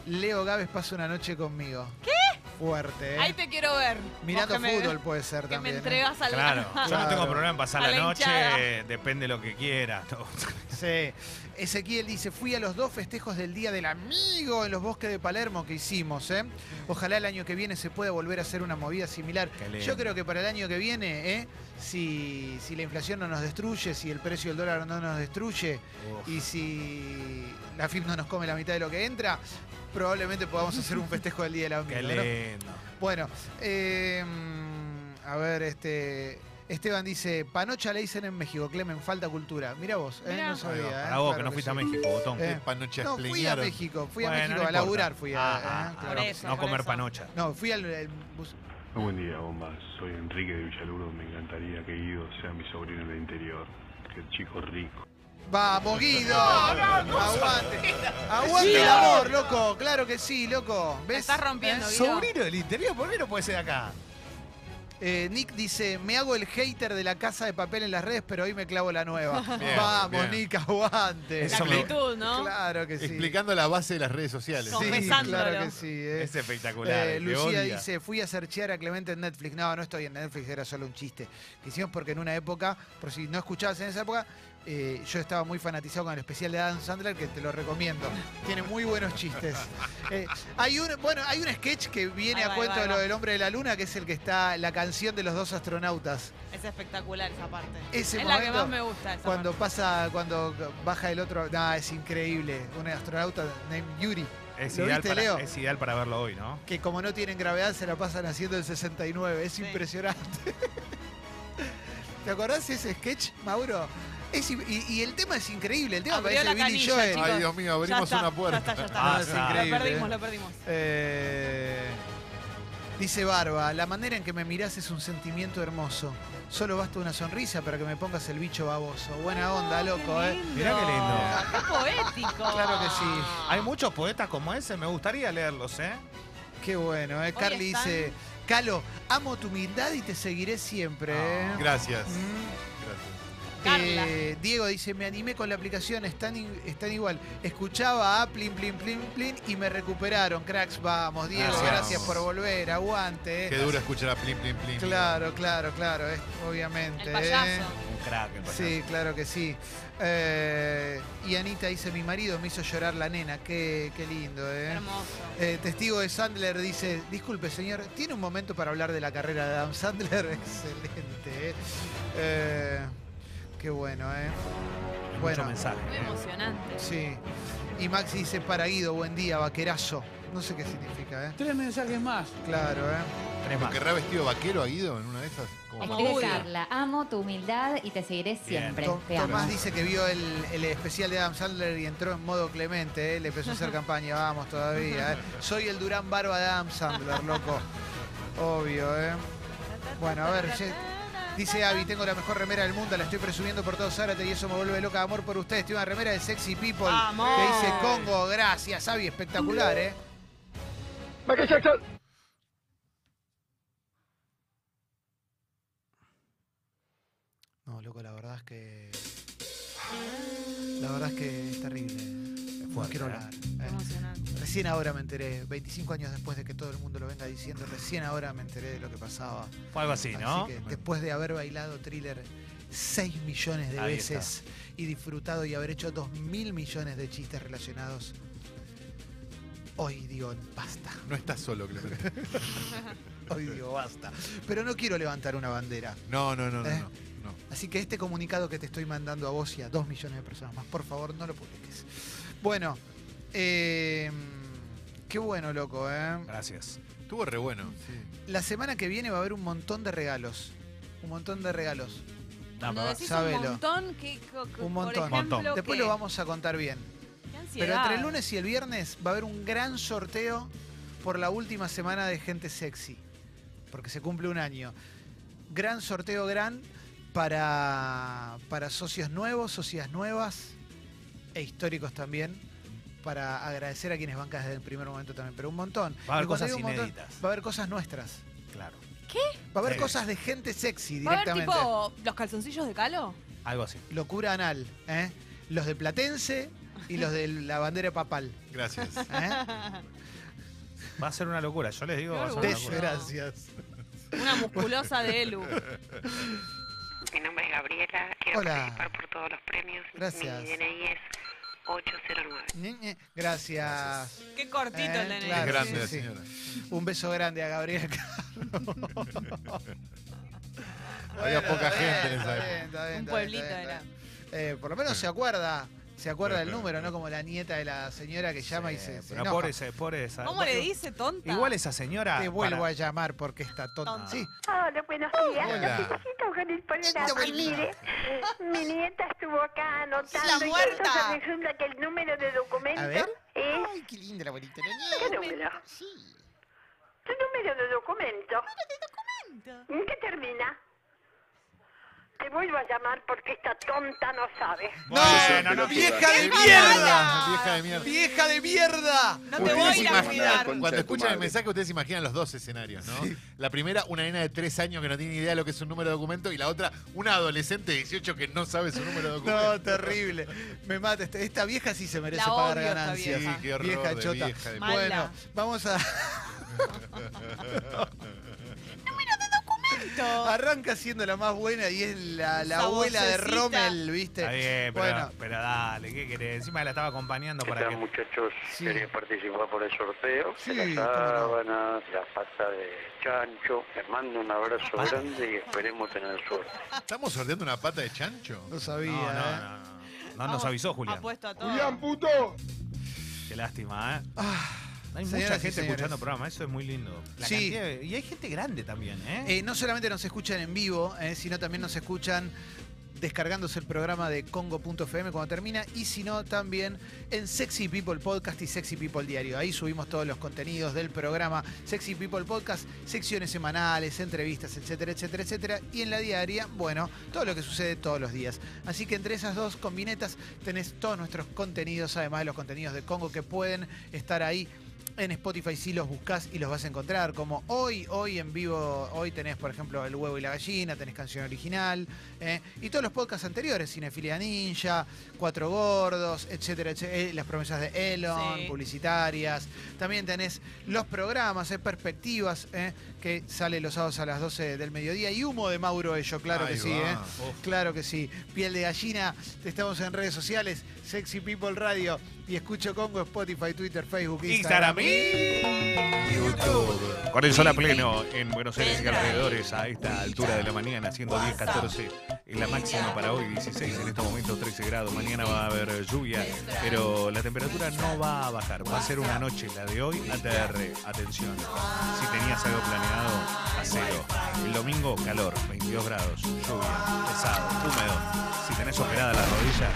[SPEAKER 1] Leo Gávez pasa una noche conmigo. ¿Qué? Fuerte, ¿eh?
[SPEAKER 3] Ahí te quiero ver.
[SPEAKER 1] Mirando
[SPEAKER 3] Vos que me-
[SPEAKER 1] fútbol puede ser
[SPEAKER 3] que
[SPEAKER 1] también. ¿eh?
[SPEAKER 3] me entregas al
[SPEAKER 2] Claro. Yo
[SPEAKER 1] Claro.
[SPEAKER 2] no tengo problema en pasar
[SPEAKER 3] A
[SPEAKER 2] la
[SPEAKER 3] la hinchada.
[SPEAKER 2] noche. Depende lo que quieras. ¿no?
[SPEAKER 1] Sí. Ezequiel dice, fui a los dos festejos del Día del Amigo en los bosques de Palermo que hicimos, ¿eh? Ojalá el año que viene se pueda volver a hacer una movida similar.
[SPEAKER 2] Qué lindo.
[SPEAKER 1] Yo creo que para el año que viene, ¿eh? si, si la inflación no nos destruye, si el precio del dólar no nos destruye
[SPEAKER 2] Uf.
[SPEAKER 1] y si la FIP no nos come la mitad de lo que entra, probablemente podamos hacer un festejo del Día del Amigo.
[SPEAKER 2] Qué
[SPEAKER 1] ¿no?
[SPEAKER 2] lindo.
[SPEAKER 1] Bueno, eh, a ver, este. Esteban dice, Panocha le dicen en México, Clemen, falta cultura. Mira vos, eh,
[SPEAKER 3] Mirá.
[SPEAKER 1] no
[SPEAKER 2] Ahí
[SPEAKER 1] sabía.
[SPEAKER 2] va.
[SPEAKER 1] eh,
[SPEAKER 2] Para vos
[SPEAKER 1] claro
[SPEAKER 2] que no
[SPEAKER 1] que
[SPEAKER 2] fuiste a
[SPEAKER 1] sí.
[SPEAKER 2] México, botón.
[SPEAKER 1] Eh,
[SPEAKER 4] Panocha
[SPEAKER 1] No, fui a
[SPEAKER 4] espleñaron.
[SPEAKER 1] México, fui a
[SPEAKER 2] Bueno,
[SPEAKER 1] México
[SPEAKER 2] no
[SPEAKER 1] a
[SPEAKER 2] importa.
[SPEAKER 1] laburar, fui a...
[SPEAKER 2] Ah,
[SPEAKER 1] eh,
[SPEAKER 2] ah, ah,
[SPEAKER 1] claro
[SPEAKER 3] Por
[SPEAKER 1] que
[SPEAKER 3] eso.
[SPEAKER 1] sí.
[SPEAKER 2] no comer
[SPEAKER 3] eso.
[SPEAKER 2] panocha.
[SPEAKER 1] No, fui al... al bus-
[SPEAKER 11] Ah, Buen día, bombas. Soy Enrique de Villaluro. Me encantaría que Guido sea mi sobrino del interior. Qué chico rico.
[SPEAKER 1] Vamos, Guido.
[SPEAKER 11] No, no, no,
[SPEAKER 1] Aguante.
[SPEAKER 11] sobrino.
[SPEAKER 1] Aguante el
[SPEAKER 2] Guido.
[SPEAKER 1] amor, loco. Claro que sí, loco. ¿Ves?
[SPEAKER 3] estás rompiendo,
[SPEAKER 1] ¿Eh?
[SPEAKER 3] Guido.
[SPEAKER 2] Sobrino del interior, ¿por qué no puede ser de acá?
[SPEAKER 1] Eh, Nick dice, me hago el hater de la casa de papel en las redes, pero hoy me clavo la nueva.
[SPEAKER 4] Bien,
[SPEAKER 1] Vamos,
[SPEAKER 4] bien.
[SPEAKER 1] Nick, aguante.
[SPEAKER 4] Eso me-
[SPEAKER 3] Actitud, ¿no?
[SPEAKER 1] Claro que sí.
[SPEAKER 4] Explicando la base de las redes sociales.
[SPEAKER 3] Sí, Confesándolo.
[SPEAKER 1] claro que sí. eh.
[SPEAKER 2] Es espectacular.
[SPEAKER 1] Eh,
[SPEAKER 2] te
[SPEAKER 1] Lucía
[SPEAKER 2] odia.
[SPEAKER 1] dice, fui a searchear a Clemente en Netflix. No, no estoy en Netflix, era solo un chiste. Que hicimos porque en una época, por si no escuchabas en esa época, eh, yo estaba muy fanatizado con el especial de Adam Sandler, que te lo recomiendo. Tiene muy buenos chistes. Eh, hay un, bueno, hay un sketch que viene
[SPEAKER 3] Ahí
[SPEAKER 1] a
[SPEAKER 3] va,
[SPEAKER 1] cuento
[SPEAKER 3] ahí va,
[SPEAKER 1] de lo
[SPEAKER 3] ahí va.
[SPEAKER 1] del hombre de la luna, que es el que está la canción de los dos astronautas.
[SPEAKER 3] Es espectacular esa parte.
[SPEAKER 1] Ese
[SPEAKER 3] es la que
[SPEAKER 1] momento,
[SPEAKER 3] más me gusta. Esa
[SPEAKER 1] Cuando pasa, cuando baja el otro, nada, es increíble. Un astronauta named Yuri.
[SPEAKER 2] Es
[SPEAKER 1] ¿Lo
[SPEAKER 2] ideal,
[SPEAKER 1] viste,
[SPEAKER 2] para,
[SPEAKER 1] Leo?
[SPEAKER 2] es ideal para verlo hoy, ¿no?
[SPEAKER 1] que como no tienen gravedad se la pasan haciendo el 69. Es
[SPEAKER 3] Sí.
[SPEAKER 1] impresionante. ¿Te acordás ese sketch, Mauro? Es in- y, y el tema es increíble. El tema
[SPEAKER 3] Abrió
[SPEAKER 1] parece
[SPEAKER 3] la
[SPEAKER 1] Billy
[SPEAKER 3] canilla,
[SPEAKER 1] Joel.
[SPEAKER 3] chicos.
[SPEAKER 4] Ay, Dios mío, abrimos
[SPEAKER 3] Ya está,
[SPEAKER 4] una puerta.
[SPEAKER 3] Ya está, ya está.
[SPEAKER 2] Ah,
[SPEAKER 1] es
[SPEAKER 2] está.
[SPEAKER 3] Lo
[SPEAKER 1] increíble.
[SPEAKER 3] perdimos, lo perdimos.
[SPEAKER 1] Eh, dice Barba, la manera en que me mirás es un sentimiento hermoso. Solo basta una sonrisa para que me pongas el bicho baboso. Buena onda, loco, ¿eh?
[SPEAKER 2] Mirá qué lindo.
[SPEAKER 3] Qué poético.
[SPEAKER 1] Claro que sí.
[SPEAKER 2] Hay muchos poetas como ese, me gustaría leerlos, ¿eh?
[SPEAKER 1] Qué bueno, ¿eh? Carly
[SPEAKER 3] están-
[SPEAKER 1] dice, Calo, amo tu humildad y te seguiré siempre, ¿eh?
[SPEAKER 4] Gracias.
[SPEAKER 1] Mm.
[SPEAKER 4] Gracias.
[SPEAKER 3] Carla.
[SPEAKER 1] Eh, Diego dice, me animé con la aplicación, están, i- están igual. Escuchaba a Plin, Plin, Plin, Plin y me recuperaron. Cracks, vamos, Diego,
[SPEAKER 4] Gracias.
[SPEAKER 1] gracias, por volver, aguante. eh.
[SPEAKER 4] Qué duro escuchar a Plim Plim Plim.
[SPEAKER 1] Claro, claro, claro, eh, obviamente.
[SPEAKER 3] El
[SPEAKER 1] eh.
[SPEAKER 3] payaso.
[SPEAKER 2] Un crack, el payaso.
[SPEAKER 1] Sí, claro que sí. Eh, y Anita dice, mi marido me hizo llorar la nena, qué, qué lindo. eh.
[SPEAKER 3] Hermoso.
[SPEAKER 1] Eh, testigo de Sandler dice, disculpe señor, ¿tiene un momento para hablar de la carrera de Adam Sandler? Excelente. ¿eh? Eh, qué bueno, ¿eh?
[SPEAKER 2] Hay
[SPEAKER 1] bueno.
[SPEAKER 2] Mucho mensaje.
[SPEAKER 3] Muy
[SPEAKER 2] ¿eh?
[SPEAKER 3] emocionante.
[SPEAKER 1] Sí. Y Max dice, para Guido, buen día, vaquerazo. No sé qué significa, ¿eh?
[SPEAKER 12] Tres mensajes más.
[SPEAKER 1] Claro, ¿eh?
[SPEAKER 2] Tres
[SPEAKER 4] ¿Lo
[SPEAKER 2] más.
[SPEAKER 4] querrá vestido vaquero a Guido en una de esas?
[SPEAKER 3] Como
[SPEAKER 4] para-
[SPEAKER 3] Uy.
[SPEAKER 13] Carla, amo tu humildad y te seguiré siempre.
[SPEAKER 1] Tom-
[SPEAKER 13] Te amo.
[SPEAKER 1] Tomás dice que vio el, el especial de Adam Sandler y entró en modo Clemente, ¿eh? Le empezó a hacer campaña, vamos todavía, ¿eh? Soy el Durán Barba de Adam Sandler, loco. Obvio, ¿eh? Bueno, a ver, ye- Dice Abby, tengo la mejor remera del mundo, la estoy presumiendo por todo Zárate y eso me vuelve loca de amor por ustedes. Tiene una remera de Sexy People
[SPEAKER 3] Vamos.
[SPEAKER 1] que dice Congo, gracias, Abby, espectacular, ¿eh? No, loco, la verdad es que... La verdad es que es terrible. No
[SPEAKER 2] fuerte,
[SPEAKER 1] quiero
[SPEAKER 2] ¿eh?
[SPEAKER 1] hablar.
[SPEAKER 3] Qué
[SPEAKER 1] ¿eh?
[SPEAKER 3] Emocionante.
[SPEAKER 1] Recién ahora me enteré, 25 años después de que todo el mundo lo venga diciendo, recién ahora me enteré de lo que pasaba.
[SPEAKER 2] Fue algo así, ¿no?
[SPEAKER 1] Así que después de haber bailado thriller 6 millones de
[SPEAKER 2] Ahí
[SPEAKER 1] veces y disfrutado y haber hecho 2 mil millones de chistes relacionados, hoy digo basta.
[SPEAKER 4] No estás solo, Clemente.
[SPEAKER 1] Hoy digo basta. Pero no quiero levantar una bandera.
[SPEAKER 4] No, no, no, no.
[SPEAKER 1] ¿Eh?
[SPEAKER 4] no, no.
[SPEAKER 1] Así que este comunicado que te estoy mandando a vos y a 2 millones de personas más, por favor, no lo publiques. Bueno, eh, qué bueno, loco, ¿eh?
[SPEAKER 2] Gracias.
[SPEAKER 4] Estuvo re bueno. sí.
[SPEAKER 1] La semana que viene va a haber un montón de regalos. Un montón de regalos.
[SPEAKER 2] No,
[SPEAKER 3] Cuando
[SPEAKER 2] pero-
[SPEAKER 3] decís un
[SPEAKER 1] sabelo.
[SPEAKER 3] montón, que, co- co-
[SPEAKER 1] Un
[SPEAKER 3] Por
[SPEAKER 1] montón.
[SPEAKER 3] ejemplo,
[SPEAKER 2] Montón.
[SPEAKER 1] Después
[SPEAKER 3] ¿qué?
[SPEAKER 1] lo vamos a contar bien.
[SPEAKER 3] Qué
[SPEAKER 1] Pero
[SPEAKER 3] ansiedad.
[SPEAKER 1] entre el lunes y el viernes va a haber un gran sorteo por la última semana de Gente Sexy. Porque se cumple un año. Gran sorteo, gran para, para socios nuevos, socias nuevas e históricos también. Para agradecer a quienes bancas desde el primer momento también. Pero un montón.
[SPEAKER 2] Va a haber
[SPEAKER 1] Y cuando
[SPEAKER 2] cosas
[SPEAKER 1] digo un montón,
[SPEAKER 2] inéditas.
[SPEAKER 1] va a haber cosas nuestras.
[SPEAKER 2] Claro.
[SPEAKER 1] Va a haber
[SPEAKER 2] Sí.
[SPEAKER 1] cosas de gente sexy
[SPEAKER 3] ¿Va a haber
[SPEAKER 1] directamente.
[SPEAKER 3] tipo los calzoncillos de Calo?
[SPEAKER 2] Algo así.
[SPEAKER 1] Locura anal. ¿eh? Los de Platense y los de la bandera papal.
[SPEAKER 4] Gracias.
[SPEAKER 1] ¿eh?
[SPEAKER 2] Va a ser una locura. Yo les digo, va a ser una
[SPEAKER 3] Des-
[SPEAKER 2] locura.
[SPEAKER 1] Desgracias.
[SPEAKER 3] Una musculosa de Elu.
[SPEAKER 14] Mi nombre es Gabriela, quiero
[SPEAKER 1] Hola.
[SPEAKER 14] participar por todos los premios.
[SPEAKER 1] Gracias.
[SPEAKER 14] Mi DNI es 809.
[SPEAKER 1] Ñe, Ñe. Gracias.
[SPEAKER 3] Qué cortito
[SPEAKER 1] Eh,
[SPEAKER 3] el DNI.
[SPEAKER 1] claro,
[SPEAKER 4] es grande
[SPEAKER 1] sí,
[SPEAKER 4] la
[SPEAKER 1] sí.
[SPEAKER 4] señora.
[SPEAKER 1] Un beso grande a Gabriel Caro.
[SPEAKER 4] Había
[SPEAKER 1] Bueno,
[SPEAKER 4] poca
[SPEAKER 1] está
[SPEAKER 4] gente en
[SPEAKER 1] bien,
[SPEAKER 4] esa
[SPEAKER 1] está
[SPEAKER 4] época.
[SPEAKER 1] bien, está bien,
[SPEAKER 3] Un
[SPEAKER 1] está bien,
[SPEAKER 3] pueblito
[SPEAKER 1] está bien,
[SPEAKER 3] era.
[SPEAKER 1] está bien. Eh, por lo menos se acuerda, se acuerda del número, ¿no? Como la nieta de la señora que llama y
[SPEAKER 2] Sí,
[SPEAKER 1] se, se
[SPEAKER 2] pero
[SPEAKER 1] enoja.
[SPEAKER 2] pobre esa- pobre esa-
[SPEAKER 3] ¿Cómo le dice, tonta?
[SPEAKER 2] Igual esa señora.
[SPEAKER 1] Te vuelvo
[SPEAKER 2] para-
[SPEAKER 1] a llamar porque está tonta.
[SPEAKER 3] Tonta.
[SPEAKER 1] Sí,
[SPEAKER 9] Hola, buenos días.
[SPEAKER 4] Hola.
[SPEAKER 9] Los felicito con el programa. Mire, mi nieta estuvo acá anotando.
[SPEAKER 3] La
[SPEAKER 9] y
[SPEAKER 3] muerta.
[SPEAKER 9] entonces resulta que el número de documento
[SPEAKER 1] A ver.
[SPEAKER 9] es...
[SPEAKER 1] qué linda la bonita.
[SPEAKER 9] ¿Qué número? tu número de documento. ¿En qué termina? Te vuelvo a llamar porque esta tonta no sabe.
[SPEAKER 1] ¡No! no, ¡Vieja de mierda! ¡Vieja de mierda! ¡Vieja de mierda!
[SPEAKER 4] Ustedes
[SPEAKER 1] voy a
[SPEAKER 4] imaginan-
[SPEAKER 1] cuidar.
[SPEAKER 4] Cuando escuchan el
[SPEAKER 1] madre.
[SPEAKER 4] mensaje, ustedes imaginan los dos escenarios, ¿no? La primera, una nena de tres años que no tiene ni idea de lo que es un número de documento, y la otra, una adolescente de 18 que no sabe su número de documento.
[SPEAKER 1] No, terrible. Me mata. Este- Esta vieja sí se merece
[SPEAKER 4] La
[SPEAKER 1] pagar
[SPEAKER 4] odio, esta
[SPEAKER 1] ganancias.
[SPEAKER 4] vieja. Sí, qué horror de
[SPEAKER 1] chota.
[SPEAKER 4] vieja de
[SPEAKER 1] bueno,
[SPEAKER 4] Mala.
[SPEAKER 1] vamos a. Arranca siendo la más buena y es la, la
[SPEAKER 2] Esa
[SPEAKER 1] abuela de
[SPEAKER 2] vocecita.
[SPEAKER 1] Rommel, ¿viste?
[SPEAKER 2] Está bien, pero,
[SPEAKER 1] bueno,
[SPEAKER 2] pero dale, ¿qué querés? Encima la estaba acompañando
[SPEAKER 12] ¿Qué
[SPEAKER 2] para
[SPEAKER 12] tal,
[SPEAKER 2] que.
[SPEAKER 12] muchachos? Quería participar por el sorteo
[SPEAKER 1] Sí,
[SPEAKER 12] de las
[SPEAKER 1] cómo no.
[SPEAKER 12] sábanas, la pata de chancho. Les mando un abrazo
[SPEAKER 4] Ah.
[SPEAKER 12] grande y esperemos tener suerte.
[SPEAKER 4] ¿Estamos sorteando una pata de chancho?
[SPEAKER 1] No sabía.
[SPEAKER 2] No, no,
[SPEAKER 4] ¿eh?
[SPEAKER 2] no, no. No Ah, nos avisó Julián.
[SPEAKER 3] Apuesto a todo.
[SPEAKER 2] puto! Qué lástima, ¿eh?
[SPEAKER 1] Ah,
[SPEAKER 2] Hay mucha
[SPEAKER 1] Señoras y
[SPEAKER 2] gente
[SPEAKER 1] señores.
[SPEAKER 2] escuchando el programa, eso es muy lindo. La
[SPEAKER 1] Sí.
[SPEAKER 2] cantidad de- y hay gente grande también, ¿eh?
[SPEAKER 1] eh, no solamente nos escuchan en vivo, eh, sino también nos escuchan descargándose el programa de Congo.fm cuando termina y si no también en Sexy People Podcast y Sexy People Diario. Ahí subimos todos los contenidos del programa Sexy People Podcast, secciones semanales, entrevistas, etcétera, etcétera, etcétera. Y en la diaria, bueno, todo lo que sucede todos los días. Así que entre esas dos combinetas tenés todos nuestros contenidos, además de los contenidos de Congo que pueden estar ahí en Spotify sí los buscas y los vas a encontrar. Como hoy, hoy en vivo, hoy tenés, por ejemplo, El huevo y la gallina, tenés canción original, ¿eh? y todos los podcasts anteriores, Cinefilia Ninja, Cuatro Gordos, etcétera, etcétera, eh, las promesas de Elon,
[SPEAKER 3] Sí.
[SPEAKER 1] publicitarias. También tenés los programas, eh, perspectivas, ¿eh? que sale los sábados a las 12 del mediodía, y humo de Mauro Ello, claro
[SPEAKER 4] Ahí
[SPEAKER 1] que sí,
[SPEAKER 4] va. Oh,
[SPEAKER 1] ¿eh? Claro que sí. Piel de gallina, estamos en redes sociales, Sexy People Radio y Escucho Congo, Spotify, Twitter, Facebook, Instagram.
[SPEAKER 2] Instagram y YouTube. Con el sol a pleno en Buenos Aires y alrededores a esta altura de la mañana, siendo 10, 14 en la máxima para hoy, 16 en estos momentos, 13 grados. Mañana va a haber lluvia, pero la temperatura no va a bajar. Va a ser una noche, la de hoy, ATR. Atención, si tenías algo planeado, hacelo. El domingo, calor, 22 grados, lluvia, pesado, húmedo. Si tenés operada la rodilla,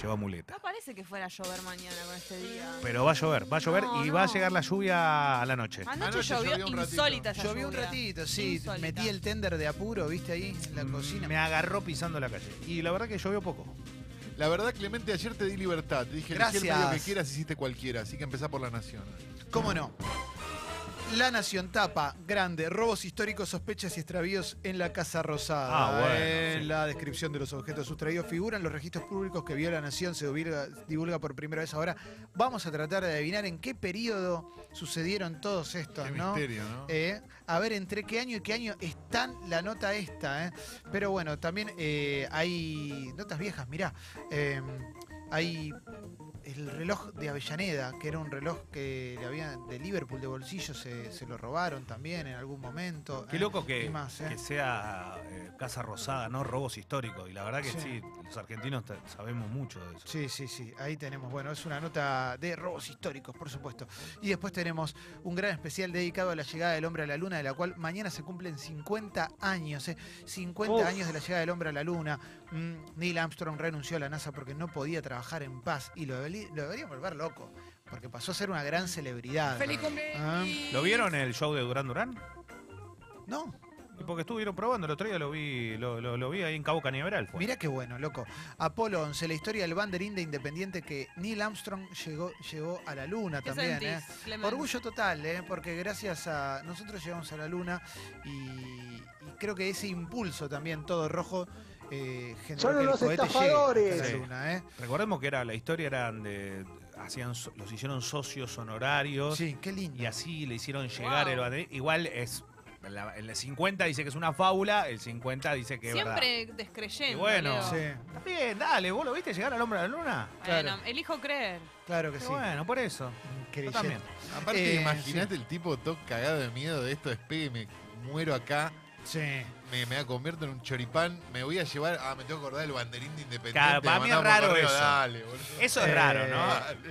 [SPEAKER 2] lleva muleta.
[SPEAKER 3] No parece que fuera a llover mañana con este día.
[SPEAKER 2] Pero va a llover, va a llover
[SPEAKER 3] No,
[SPEAKER 2] y va a
[SPEAKER 3] no.
[SPEAKER 2] llegar la lluvia a la noche.
[SPEAKER 3] Anoche, llovió, insólita esa
[SPEAKER 1] Llovió un
[SPEAKER 3] lluvia.
[SPEAKER 1] ratito, sí.
[SPEAKER 3] Insólita.
[SPEAKER 1] Metí el tender de apuro, viste ahí, en la cocina.
[SPEAKER 2] Mm, Me agarró pisando la calle. Y la verdad que llovió poco.
[SPEAKER 4] La verdad, Clemente, ayer te di libertad. Te dije, elegí el
[SPEAKER 1] Gracias.
[SPEAKER 4] medio que quieras, hiciste cualquiera. Así que empezá por La Nación.
[SPEAKER 1] ¿Cómo no? La Nación tapa, grande, robos históricos, sospechas y extravíos en la Casa Rosada.
[SPEAKER 2] Ah, bueno,
[SPEAKER 1] en la descripción de los objetos sustraídos figuran los registros públicos que vio la Nación, se divulga, divulga por primera vez ahora. Vamos a tratar de adivinar en qué periodo sucedieron todos estos,
[SPEAKER 4] Qué
[SPEAKER 1] ¿no?
[SPEAKER 4] misterio, ¿no?
[SPEAKER 1] Eh, a ver entre qué año y qué año están la nota esta. eh. Pero bueno, también eh, hay notas viejas, mirá. Eh, hay el reloj de Avellaneda, que era un reloj que le habían de Liverpool de bolsillo, se, se lo robaron también en algún momento.
[SPEAKER 2] Qué
[SPEAKER 1] eh.
[SPEAKER 2] loco que,
[SPEAKER 1] Y más, eh.
[SPEAKER 2] que sea eh, Casa Rosada, ¿no? Robos históricos. Y la verdad que
[SPEAKER 1] Sí.
[SPEAKER 2] sí, los argentinos te- sabemos mucho de eso.
[SPEAKER 1] Sí, sí, sí, ahí tenemos. Bueno, es una nota de robos históricos, por supuesto. Y después tenemos un gran especial dedicado a la llegada del hombre a la luna, de la cual mañana se cumplen 50 años. ¿eh? 50
[SPEAKER 15] Uf.
[SPEAKER 1] años de la llegada del hombre a la luna. Mm, Neil Armstrong renunció a la NASA porque no podía trabajar en paz y lo, debeli- lo debería volver loco, porque pasó a ser una gran celebridad.
[SPEAKER 2] ¡Feliz
[SPEAKER 1] cumpleaños!
[SPEAKER 2] ¿Lo vieron el show de Durán Durán?
[SPEAKER 1] No.
[SPEAKER 2] Y porque estuvieron probando, el otro día lo vi, lo, lo- lo vi ahí en Cabo Cañaveral. fue.
[SPEAKER 1] Mirá qué bueno, loco. Apolo 11, la historia del banderín de independiente que Neil Armstrong llegó, llegó a la luna
[SPEAKER 3] ¿Qué
[SPEAKER 1] también.
[SPEAKER 3] sentís,
[SPEAKER 1] ¿eh?
[SPEAKER 3] Clemen?
[SPEAKER 1] Orgullo total, ¿eh? porque gracias a nosotros llegamos a la luna y, y creo que ese impulso también, todo rojo, eh, generó
[SPEAKER 15] Son
[SPEAKER 1] que el
[SPEAKER 15] unos
[SPEAKER 1] cohete llegue
[SPEAKER 15] estafadores.
[SPEAKER 1] a la
[SPEAKER 2] Sí.
[SPEAKER 1] luna. ¿eh?
[SPEAKER 2] Recordemos que era la historia eran de hacían so- los hicieron socios honorarios
[SPEAKER 1] Sí, qué lindo.
[SPEAKER 2] y así le hicieron llegar
[SPEAKER 3] Wow.
[SPEAKER 2] el banderín. Igual es en la- en el 50 dice que es una fábula, el 50 dice que es verdad.
[SPEAKER 3] Siempre descreyendo.
[SPEAKER 2] Y bueno,
[SPEAKER 3] Leo.
[SPEAKER 1] Sí,
[SPEAKER 2] Está bien, dale, vos lo viste llegar al hombre a la luna.
[SPEAKER 3] Bueno, elijo creer.
[SPEAKER 1] claro que
[SPEAKER 2] Qué
[SPEAKER 1] sí.
[SPEAKER 2] Bueno, por eso.
[SPEAKER 1] Creyente.
[SPEAKER 2] Yo también.
[SPEAKER 4] Aparte,
[SPEAKER 1] Eh,
[SPEAKER 4] imaginate el tipo todo cagado de miedo de esto, despegue, me muero acá,
[SPEAKER 1] Sí.
[SPEAKER 4] me, me convierto en un choripán, me voy a llevar, ah, me tengo que acordar del banderín de independiente.
[SPEAKER 2] Claro, para
[SPEAKER 4] lo
[SPEAKER 2] mí es
[SPEAKER 4] mandamos
[SPEAKER 2] raro
[SPEAKER 4] correo,
[SPEAKER 2] eso.
[SPEAKER 4] dale, boludo.
[SPEAKER 2] Eso es
[SPEAKER 1] Eh,
[SPEAKER 2] raro, ¿no?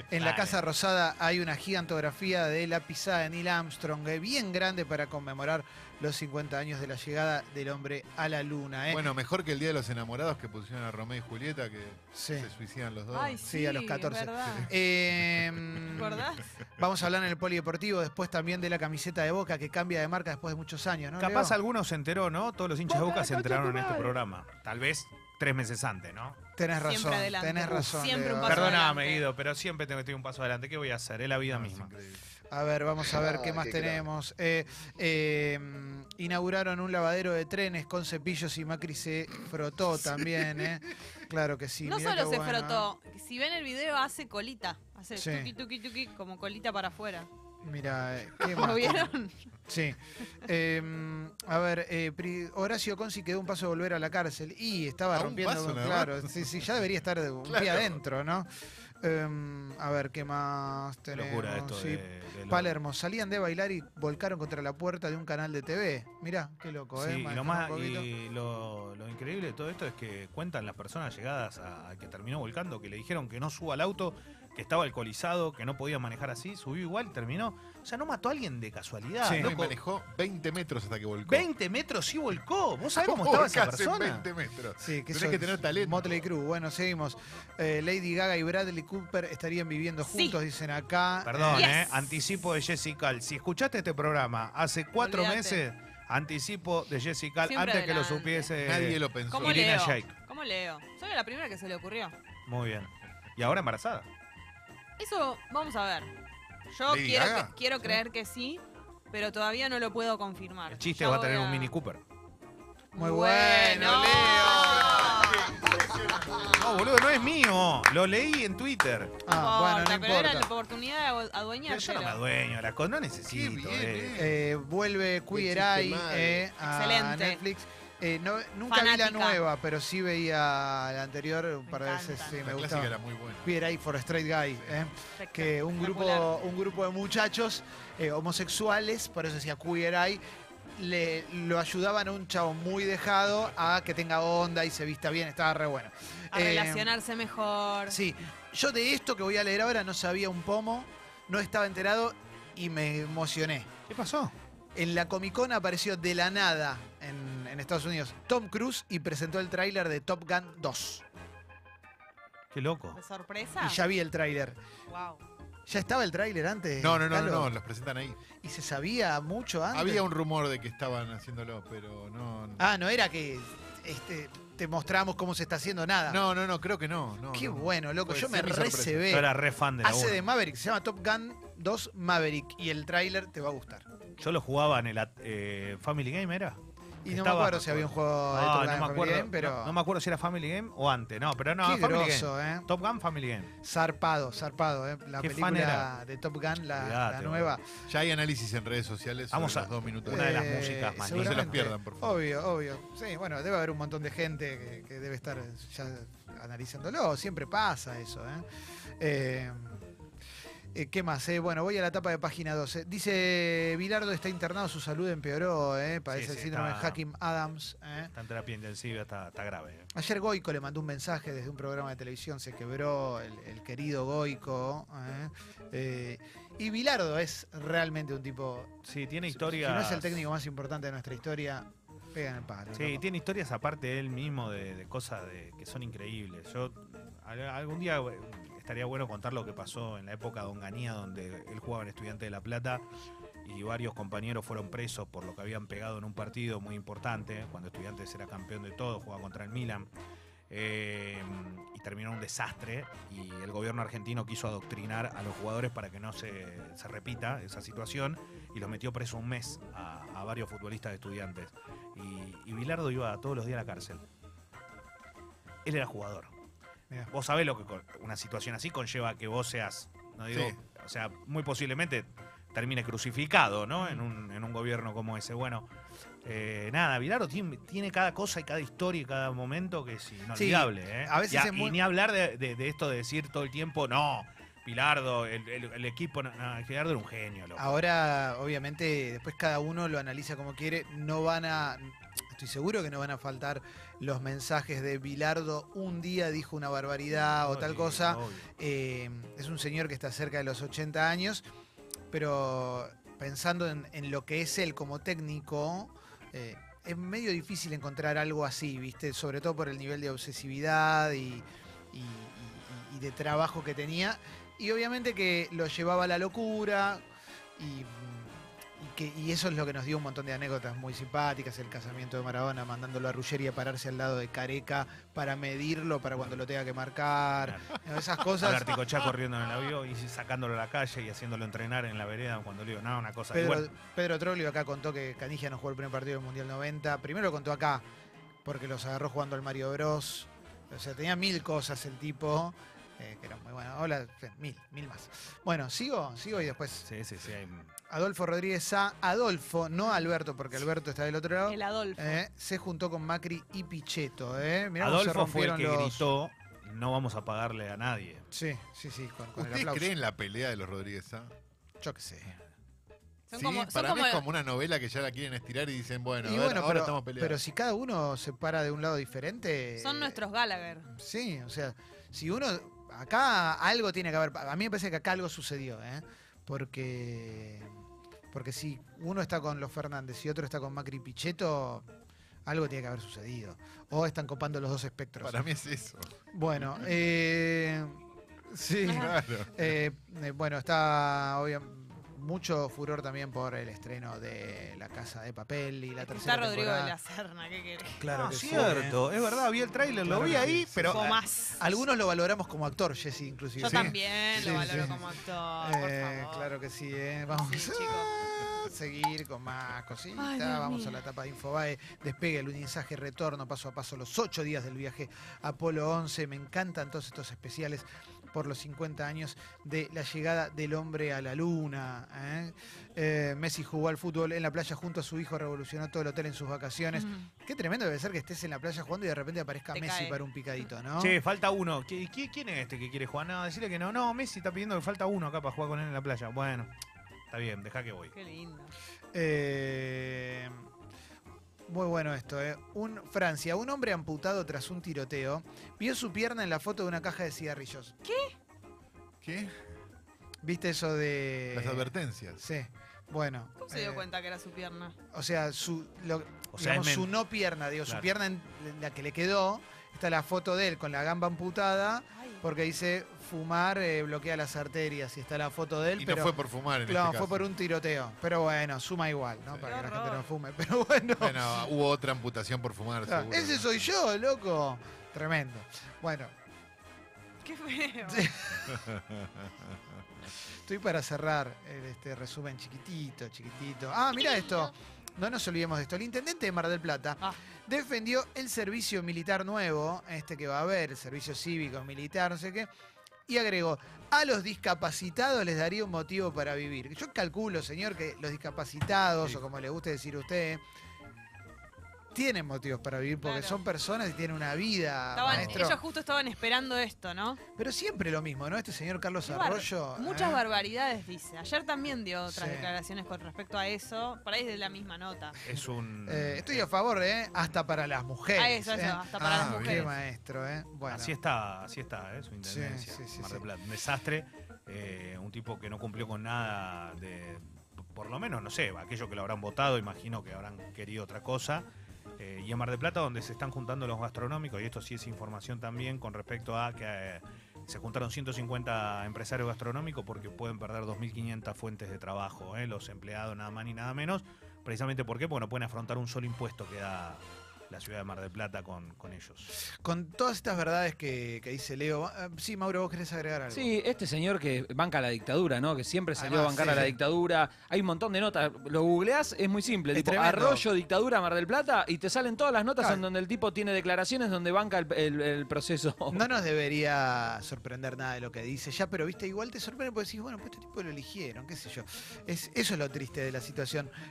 [SPEAKER 1] En la Casa Rosada hay una gigantografía de la pisada de Neil Armstrong, eh, bien grande para conmemorar los 50 años de la llegada del hombre a la luna. ¿eh?
[SPEAKER 4] Bueno, mejor que el Día de los Enamorados que pusieron a Romeo y Julieta, que
[SPEAKER 1] Sí.
[SPEAKER 4] se suicidan los dos.
[SPEAKER 3] Ay,
[SPEAKER 1] Sí, a los
[SPEAKER 3] es
[SPEAKER 1] 14.
[SPEAKER 3] verdad.
[SPEAKER 1] Eh,
[SPEAKER 3] ¿Te acordás?
[SPEAKER 1] vamos a hablar en el polideportivo después también de la camiseta de Boca que cambia de marca después de muchos años, ¿no?
[SPEAKER 2] Capaz
[SPEAKER 1] Leo?
[SPEAKER 2] algunos se enteró, ¿no? Todos los hinchas de Boca se enteraron en este programa. Tal vez tres meses antes, ¿no?
[SPEAKER 1] Tenés
[SPEAKER 3] Siempre
[SPEAKER 1] razón,
[SPEAKER 3] adelante.
[SPEAKER 1] tenés
[SPEAKER 3] Uf,
[SPEAKER 1] razón.
[SPEAKER 3] siempre
[SPEAKER 1] Leo.
[SPEAKER 3] un paso
[SPEAKER 2] Perdóname,
[SPEAKER 3] adelante.
[SPEAKER 2] Guido, pero siempre te metí un paso adelante. ¿Qué voy a hacer? Es la vida misma.
[SPEAKER 1] A ver, vamos a ver qué
[SPEAKER 2] Ah,
[SPEAKER 1] más
[SPEAKER 2] qué grave.
[SPEAKER 1] tenemos. Eh, eh, inauguraron un lavadero de trenes con cepillos y Macri se frotó también, ¿eh? Claro que sí.
[SPEAKER 3] no
[SPEAKER 1] mirá
[SPEAKER 3] solo
[SPEAKER 1] qué
[SPEAKER 3] se
[SPEAKER 1] bueno,
[SPEAKER 3] frotó, si ven el video hace colita, hace
[SPEAKER 1] Sí.
[SPEAKER 3] tuqui tuqui tuqui como colita para afuera.
[SPEAKER 1] ¿eh? Mira, eh, qué
[SPEAKER 3] ¿Lo
[SPEAKER 1] más
[SPEAKER 3] vieron?
[SPEAKER 1] Sí. Eh, a ver, eh, Pri- Horacio Consi quedó un paso de volver a la cárcel y estaba
[SPEAKER 4] ¿A un
[SPEAKER 1] rompiendo.
[SPEAKER 4] paso nada
[SPEAKER 1] claro,
[SPEAKER 4] más?
[SPEAKER 1] sí, sí, ya debería estar de- un pie
[SPEAKER 4] Claro.
[SPEAKER 1] adentro, ¿no? Eh, a ver, ¿qué más tenemos?
[SPEAKER 2] locura esto
[SPEAKER 1] Sí,
[SPEAKER 2] de- de lo-
[SPEAKER 1] Palermo, salían de bailar y volcaron contra la puerta de un canal de TV. Mirá, qué loco, ¿eh?
[SPEAKER 2] Sí, y lo,
[SPEAKER 1] Manejamos
[SPEAKER 2] más,
[SPEAKER 1] un poquito.
[SPEAKER 2] y lo, lo increíble de todo esto es que cuentan las personas llegadas a, a que terminó volcando, que le dijeron que no suba al auto, que estaba alcoholizado, que no podía manejar así, subió igual, terminó. O sea, no mató a alguien de casualidad.
[SPEAKER 4] Sí. No, y
[SPEAKER 2] loco.
[SPEAKER 4] manejó 20 metros hasta que volcó.
[SPEAKER 2] 20 metros sí volcó. ¿Vos sabés cómo estaba esa
[SPEAKER 4] Volcás en
[SPEAKER 2] persona?
[SPEAKER 4] 20 metros.
[SPEAKER 1] Sí, que
[SPEAKER 4] Tenés
[SPEAKER 1] sos
[SPEAKER 4] que tener talento.
[SPEAKER 1] Motley Crue. Bueno, seguimos. Eh, Lady Gaga y Bradley Cooper estarían viviendo
[SPEAKER 3] Sí.
[SPEAKER 1] juntos, dicen acá.
[SPEAKER 2] Perdón,
[SPEAKER 1] Eh,
[SPEAKER 2] eh, anticipo de Jessica. Si escuchaste este programa hace cuatro
[SPEAKER 3] Olvídate.
[SPEAKER 2] meses, anticipo de Jessica antes
[SPEAKER 3] Siempre
[SPEAKER 2] que lo
[SPEAKER 3] adelante.
[SPEAKER 2] supiese
[SPEAKER 4] Nadie lo pensó.
[SPEAKER 3] ¿Cómo
[SPEAKER 2] Irina
[SPEAKER 3] leo?
[SPEAKER 2] Shayk.
[SPEAKER 3] ¿Cómo leo? Soy la primera que se le ocurrió.
[SPEAKER 2] Muy bien. Y ahora embarazada.
[SPEAKER 3] Eso vamos a ver. Yo
[SPEAKER 2] ¿Lady
[SPEAKER 3] quiero,
[SPEAKER 2] Gaga?
[SPEAKER 3] que- quiero creer que sí, pero todavía no lo puedo confirmar.
[SPEAKER 2] El chiste
[SPEAKER 3] Yo
[SPEAKER 2] va a tener
[SPEAKER 3] voy
[SPEAKER 2] un Mini Cooper.
[SPEAKER 1] Muy bueno,
[SPEAKER 2] No, boludo, no es mío. Lo leí en Twitter.
[SPEAKER 1] Ah, bueno, no
[SPEAKER 3] Importa, pero era la
[SPEAKER 1] importa.
[SPEAKER 3] oportunidad de
[SPEAKER 2] Pero yo no me
[SPEAKER 3] adueñárselo.
[SPEAKER 2] adueño de la cosa, no necesito. eh.
[SPEAKER 1] Eh, vuelve Queer Eye eh, a
[SPEAKER 3] Excelente.
[SPEAKER 1] Netflix. Eh, no- nunca vi la
[SPEAKER 3] Fanática.
[SPEAKER 1] nueva, pero sí veía la anterior un par de veces. Sí, me
[SPEAKER 4] La
[SPEAKER 1] gustaba.
[SPEAKER 4] clásica era muy buena.
[SPEAKER 1] Queer Eye for a Straight Guy. eh, que un grupo, un grupo de muchachos eh, homosexuales, por eso decía Queer Eye, le, lo ayudaban a un chavo muy dejado a que tenga onda y se vista bien. Estaba re bueno.
[SPEAKER 3] A
[SPEAKER 1] Eh,
[SPEAKER 3] relacionarse mejor.
[SPEAKER 1] Sí, yo de esto que voy a leer ahora no sabía un pomo, no estaba enterado y me emocioné.
[SPEAKER 2] ¿Qué pasó?
[SPEAKER 1] En la Comic Con apareció de la nada en, en Estados Unidos Tom Cruise y presentó el tráiler de Top Gun 2.
[SPEAKER 2] Qué loco.
[SPEAKER 3] ¿De sorpresa?
[SPEAKER 1] Y ya vi el tráiler.
[SPEAKER 3] Wow.
[SPEAKER 1] ¿Ya estaba el tráiler antes?
[SPEAKER 4] No, no, no, no,
[SPEAKER 1] Calo?
[SPEAKER 4] no, los presentan ahí.
[SPEAKER 1] ¿Y se sabía mucho antes?
[SPEAKER 4] Había un rumor de que estaban haciéndolo, pero no. no.
[SPEAKER 1] Ah, no era que este, te mostramos cómo se está haciendo nada.
[SPEAKER 4] No, no, no, creo que no. no,
[SPEAKER 1] Qué
[SPEAKER 4] no.
[SPEAKER 1] bueno, loco.
[SPEAKER 4] Puede
[SPEAKER 1] Yo me
[SPEAKER 4] ser mi sorpresa.
[SPEAKER 1] recebé.
[SPEAKER 2] Yo era re fan de la
[SPEAKER 1] Hace
[SPEAKER 2] uno.
[SPEAKER 1] de Maverick, se llama Top Gun 2 Maverick y el tráiler te va a gustar.
[SPEAKER 2] Yo lo jugaba en el at- eh, Family Game, ¿era?
[SPEAKER 1] Y no
[SPEAKER 2] Estaba- Ah,
[SPEAKER 1] me acuerdo si había un juego de
[SPEAKER 2] No,
[SPEAKER 1] Top
[SPEAKER 2] no
[SPEAKER 1] Gun
[SPEAKER 2] me
[SPEAKER 1] Family
[SPEAKER 2] acuerdo.
[SPEAKER 1] Game, pero
[SPEAKER 2] no, no me acuerdo si era Family Game o antes. No, pero no,
[SPEAKER 1] Qué
[SPEAKER 2] Family
[SPEAKER 1] groso,
[SPEAKER 2] Game.
[SPEAKER 1] eh.
[SPEAKER 2] Top Gun Family Game.
[SPEAKER 1] zarpado, zarpado. ¿eh? La
[SPEAKER 2] Qué fan
[SPEAKER 1] película
[SPEAKER 2] era.
[SPEAKER 1] de Top Gun, la,
[SPEAKER 2] Olvidate,
[SPEAKER 1] la
[SPEAKER 2] boludo.
[SPEAKER 1] nueva.
[SPEAKER 4] Ya hay análisis en redes sociales.
[SPEAKER 2] Vamos
[SPEAKER 4] Vamos
[SPEAKER 2] a-
[SPEAKER 4] a los dos minutos.
[SPEAKER 2] una de las
[SPEAKER 1] Eh,
[SPEAKER 2] músicas más
[SPEAKER 4] No se las
[SPEAKER 1] seguramente.
[SPEAKER 4] pierdan, por favor.
[SPEAKER 1] Obvio, obvio. Sí, bueno, debe haber un montón de gente que, que debe estar ya analizándolo. Siempre pasa eso. ¿eh? Eh, eh, qué más? eh? Bueno, voy a la tapa de página 12. Dice, Bilardo está internado, su salud empeoró. ¿eh? Parece
[SPEAKER 2] Sí,
[SPEAKER 1] el
[SPEAKER 2] sí,
[SPEAKER 1] síndrome
[SPEAKER 2] está-
[SPEAKER 1] de Hakim Adams. ¿eh?
[SPEAKER 2] Está en terapia intensiva, está, está grave. eh.
[SPEAKER 1] Ayer Goico le mandó un mensaje desde un programa de televisión, se quebró el, el querido Goico. ¿eh? Eh, y Bilardo es realmente un tipo.
[SPEAKER 2] Sí, tiene
[SPEAKER 1] Si
[SPEAKER 2] historias.
[SPEAKER 1] no es el técnico más importante de nuestra historia, pega en el palo.
[SPEAKER 2] Sí,
[SPEAKER 1] loco.
[SPEAKER 2] tiene historias aparte de él mismo de, de cosas de- que son increíbles. Yo al- algún día eh, estaría bueno contar lo que pasó en la época de Onganía, donde él jugaba en Estudiante de La Plata y varios compañeros fueron presos por lo que habían pegado en un partido muy importante, cuando Estudiantes era campeón de todo, jugaba contra el Milan. Eh, y terminó en un desastre y el gobierno argentino quiso adoctrinar a los jugadores para que no se, se repita esa situación y los metió preso un mes a, a varios futbolistas de estudiantes. Y, y Bilardo iba todos los días a la cárcel. Él era jugador.
[SPEAKER 1] Mirá.
[SPEAKER 2] Vos sabés lo que con- una situación así conlleva que vos seas, no digo,
[SPEAKER 4] Sí.
[SPEAKER 2] o sea, muy posiblemente termine crucificado, ¿no? En un, en un gobierno como ese. Bueno, eh, nada, Bilardo tiene, tiene cada cosa y cada historia y cada momento que es inolvidable, ¿eh?
[SPEAKER 1] a veces
[SPEAKER 2] y,
[SPEAKER 1] es muy-
[SPEAKER 2] y ni hablar de, de- de esto de decir todo el tiempo, no, Bilardo, el, el- el equipo, no, no, Bilardo era un genio, loco.
[SPEAKER 1] Ahora, obviamente, después cada uno lo analiza como quiere. No van a. Estoy seguro que no van a faltar los mensajes de Bilardo. Un día dijo una barbaridad o tal
[SPEAKER 2] Obvio,
[SPEAKER 1] cosa.
[SPEAKER 2] obvio.
[SPEAKER 1] Eh, es un señor que está cerca de los 80 años, pero pensando en, en lo que es él como técnico, eh, es medio difícil encontrar algo así, ¿viste? Sobre todo por el nivel de obsesividad y, y- y- y de trabajo que tenía. Y obviamente que lo llevaba a la locura y, mm, y que, y eso es lo que nos dio un montón de anécdotas muy simpáticas. El casamiento de Maradona, mandándolo a Ruggeri a pararse al lado de Careca para medirlo, para cuando lo tenga que marcar. Esas
[SPEAKER 2] Al
[SPEAKER 1] cosas.
[SPEAKER 2] Articochá corriendo en el avión y sacándolo a la calle y haciéndolo entrenar en la vereda cuando le digo, no, una cosa.
[SPEAKER 1] Pedro,
[SPEAKER 2] igual.
[SPEAKER 1] Pedro Troglio acá contó que Canigia no jugó el primer partido del Mundial 90. Primero lo contó acá, porque los agarró jugando al Mario Bros. O sea, tenía mil cosas el tipo, eh, que era muy bueno. Hola, eh, mil, mil más. Bueno, sigo, sigo y después.
[SPEAKER 2] Sí, sí, sí. hay-
[SPEAKER 1] Adolfo Rodríguez Sa, Adolfo, no Alberto, porque Alberto está del otro lado.
[SPEAKER 3] El Adolfo.
[SPEAKER 1] eh, se juntó con Macri y Pichetto, ¿eh? Mirá cómo se
[SPEAKER 2] Adolfo fue el
[SPEAKER 1] rompieron
[SPEAKER 2] que
[SPEAKER 1] los-
[SPEAKER 2] gritó, no vamos a pagarle a nadie.
[SPEAKER 1] Sí, sí, sí, con, con el
[SPEAKER 4] ¿Ustedes
[SPEAKER 1] aplauso.
[SPEAKER 4] creen la pelea de los Rodríguez Sá?
[SPEAKER 1] Yo qué sé.
[SPEAKER 3] Son
[SPEAKER 4] sí,
[SPEAKER 3] como- son
[SPEAKER 4] para mí es
[SPEAKER 3] como-
[SPEAKER 4] como una novela que ya la quieren estirar y dicen, bueno,
[SPEAKER 1] Y
[SPEAKER 4] a ver,
[SPEAKER 1] bueno,
[SPEAKER 4] ahora
[SPEAKER 1] pero,
[SPEAKER 4] estamos peleando.
[SPEAKER 1] pero si cada uno se para de un lado diferente. eh,
[SPEAKER 3] Son nuestros Gallagher.
[SPEAKER 1] Sí, o sea, si uno. Acá algo tiene que haber. A mí me parece que acá algo sucedió, ¿eh? Porque. Porque si uno está con los Fernández y otro está con Macri y Pichetto, algo tiene que haber sucedido. O están copando los dos espectros.
[SPEAKER 4] Para mí es eso.
[SPEAKER 1] Bueno, eh, sí.
[SPEAKER 4] Claro.
[SPEAKER 1] Eh, eh, bueno, está obvio, mucho furor también por el estreno de La Casa de Papel y la tercera
[SPEAKER 3] Está Rodrigo de
[SPEAKER 1] temporada.
[SPEAKER 3] la Serna, ¿qué querés?
[SPEAKER 1] Claro
[SPEAKER 2] Ah,
[SPEAKER 1] que sí,
[SPEAKER 2] cierto,
[SPEAKER 1] eh.
[SPEAKER 2] es verdad, vi el tráiler, lo
[SPEAKER 1] Claro
[SPEAKER 2] vi
[SPEAKER 1] que
[SPEAKER 2] ahí,
[SPEAKER 1] sí, sí,
[SPEAKER 2] pero
[SPEAKER 1] sí.
[SPEAKER 2] ah,
[SPEAKER 3] más.
[SPEAKER 1] Algunos lo valoramos como actor, Jesse, inclusive.
[SPEAKER 3] Yo
[SPEAKER 1] eh, Sí.
[SPEAKER 3] también
[SPEAKER 1] Sí,
[SPEAKER 3] lo valoro
[SPEAKER 1] sí.
[SPEAKER 3] como actor,
[SPEAKER 1] Eh,
[SPEAKER 3] por favor.
[SPEAKER 1] claro que sí, ¿eh? Vamos
[SPEAKER 3] Sí, chicos.
[SPEAKER 1] a seguir con más cositas.
[SPEAKER 3] Ay, Dios
[SPEAKER 1] Vamos
[SPEAKER 3] mío.
[SPEAKER 1] a la etapa de Infobae. Despegue el unizaje, retorno paso a paso, los ocho días del viaje Apolo 11. Me encantan todos estos especiales por los 50 años de la llegada del hombre a la luna. ¿eh? Eh, Messi jugó al fútbol en la playa junto a su hijo, revolucionó todo el hotel en sus vacaciones.
[SPEAKER 3] Mm.
[SPEAKER 1] Qué tremendo debe ser que estés en la playa jugando y de repente aparezca
[SPEAKER 3] Te
[SPEAKER 1] Messi
[SPEAKER 3] cae.
[SPEAKER 1] para un picadito, ¿no?
[SPEAKER 2] Che, falta uno. ¿Qui- qui- ¿Quién es este que quiere jugar? No, decirle que no. No, Messi está pidiendo que falta uno acá para jugar con él en la playa. Bueno, está bien, deja que voy.
[SPEAKER 3] Qué lindo.
[SPEAKER 1] Eh, muy bueno esto, ¿eh? Un, Francia, un hombre amputado tras un tiroteo vio su pierna en la foto de una caja de cigarrillos.
[SPEAKER 4] ¿Qué?
[SPEAKER 1] ¿Viste eso de...?
[SPEAKER 4] Las advertencias.
[SPEAKER 1] Sí. Bueno.
[SPEAKER 3] ¿Cómo se dio
[SPEAKER 1] eh,
[SPEAKER 3] cuenta que era su pierna?
[SPEAKER 1] O sea, su, lo-
[SPEAKER 2] O sea,
[SPEAKER 1] digamos,
[SPEAKER 2] es men-
[SPEAKER 1] su no pierna, digo,
[SPEAKER 2] Claro.
[SPEAKER 1] su pierna en en la que le quedó, está la foto de él con la gamba amputada
[SPEAKER 3] Ay,
[SPEAKER 1] porque dice fumar eh, bloquea las arterias y está la foto de él,
[SPEAKER 4] Y
[SPEAKER 1] pero...
[SPEAKER 4] no fue por fumar en
[SPEAKER 1] Claro,
[SPEAKER 4] este
[SPEAKER 1] fue
[SPEAKER 4] caso.
[SPEAKER 1] por un tiroteo. Pero bueno, suma igual, ¿no?
[SPEAKER 4] Sí.
[SPEAKER 1] Para que
[SPEAKER 3] Qué
[SPEAKER 1] la gente
[SPEAKER 3] horror.
[SPEAKER 1] no fume. Pero bueno.
[SPEAKER 4] Bueno, hubo otra amputación por fumar,
[SPEAKER 1] Ah,
[SPEAKER 4] seguro.
[SPEAKER 1] Ese
[SPEAKER 4] ¿no?
[SPEAKER 1] soy yo, loco. Tremendo. Bueno,
[SPEAKER 3] qué feo.
[SPEAKER 1] estoy para cerrar el, este resumen chiquitito, chiquitito. Ah, mira esto. No nos olvidemos de esto. El intendente de Mar del Plata
[SPEAKER 3] Ah.
[SPEAKER 1] defendió el servicio militar nuevo, este que va a haber, el servicio cívico, militar, no sé qué, y agregó, a los discapacitados les daría un motivo para vivir. Yo calculo, señor, que los discapacitados,
[SPEAKER 4] Sí.
[SPEAKER 1] o como le guste decir a usted, tienen motivos para vivir porque
[SPEAKER 3] Claro.
[SPEAKER 1] son personas y tienen una vida.
[SPEAKER 3] Estaban-
[SPEAKER 1] Ah, maestro.
[SPEAKER 3] ellos justo estaban esperando esto, ¿no?
[SPEAKER 1] Pero siempre lo mismo, ¿no? Este señor Carlos
[SPEAKER 3] Qué bar-
[SPEAKER 1] Arroyo.
[SPEAKER 3] Muchas
[SPEAKER 1] ¿eh?
[SPEAKER 3] barbaridades dice. Ayer también dio otras
[SPEAKER 1] Sí.
[SPEAKER 3] declaraciones con respecto a eso. Por ahí es de la misma nota.
[SPEAKER 2] Es un.
[SPEAKER 1] Eh, estoy a favor, ¿eh? Hasta para las mujeres.
[SPEAKER 3] Ah, eso, eso,
[SPEAKER 1] ¿eh?
[SPEAKER 3] hasta para
[SPEAKER 4] Ah,
[SPEAKER 3] las
[SPEAKER 4] bien.
[SPEAKER 1] Qué
[SPEAKER 3] mujeres.
[SPEAKER 1] maestro, ¿eh? Bueno.
[SPEAKER 2] Así está, así está, ¿eh? su intendencia.
[SPEAKER 1] sí, sí,
[SPEAKER 2] Mar
[SPEAKER 1] sí.
[SPEAKER 2] del Plata. Un desastre. eh, un tipo que no cumplió con nada de. Por lo menos, no sé, aquellos que lo habrán votado, imagino que habrán querido otra cosa. Eh, y en Mar del Plata, donde se están juntando los gastronómicos, y esto sí es información también con respecto a que eh, se juntaron 150 empresarios gastronómicos porque pueden perder 2.500 fuentes de trabajo, ¿eh? los empleados nada más ni nada menos. Precisamente por qué, porque no pueden afrontar un solo impuesto que da la ciudad de Mar del Plata con, con ellos.
[SPEAKER 1] Con todas estas verdades que, que dice Leo. ah, Sí, Mauro, vos querés agregar algo.
[SPEAKER 15] Sí, este señor que banca la dictadura, ¿no? Que siempre salió
[SPEAKER 1] Además,
[SPEAKER 15] a bancar
[SPEAKER 1] sí,
[SPEAKER 15] a la
[SPEAKER 1] sí.
[SPEAKER 15] dictadura. Hay un montón de notas. Lo googleás, es muy simple.
[SPEAKER 1] Es
[SPEAKER 15] tipo,
[SPEAKER 1] tremendo.
[SPEAKER 15] arroyo, dictadura, Mar del Plata, y te salen todas las notas
[SPEAKER 1] Claro.
[SPEAKER 15] en donde el tipo tiene declaraciones donde banca el, el- el proceso.
[SPEAKER 1] No nos debería sorprender nada de lo que dice ya, pero viste, igual te sorprende porque decís, bueno, pues este tipo lo eligieron, qué sé yo. Es, eso es lo triste de la situación.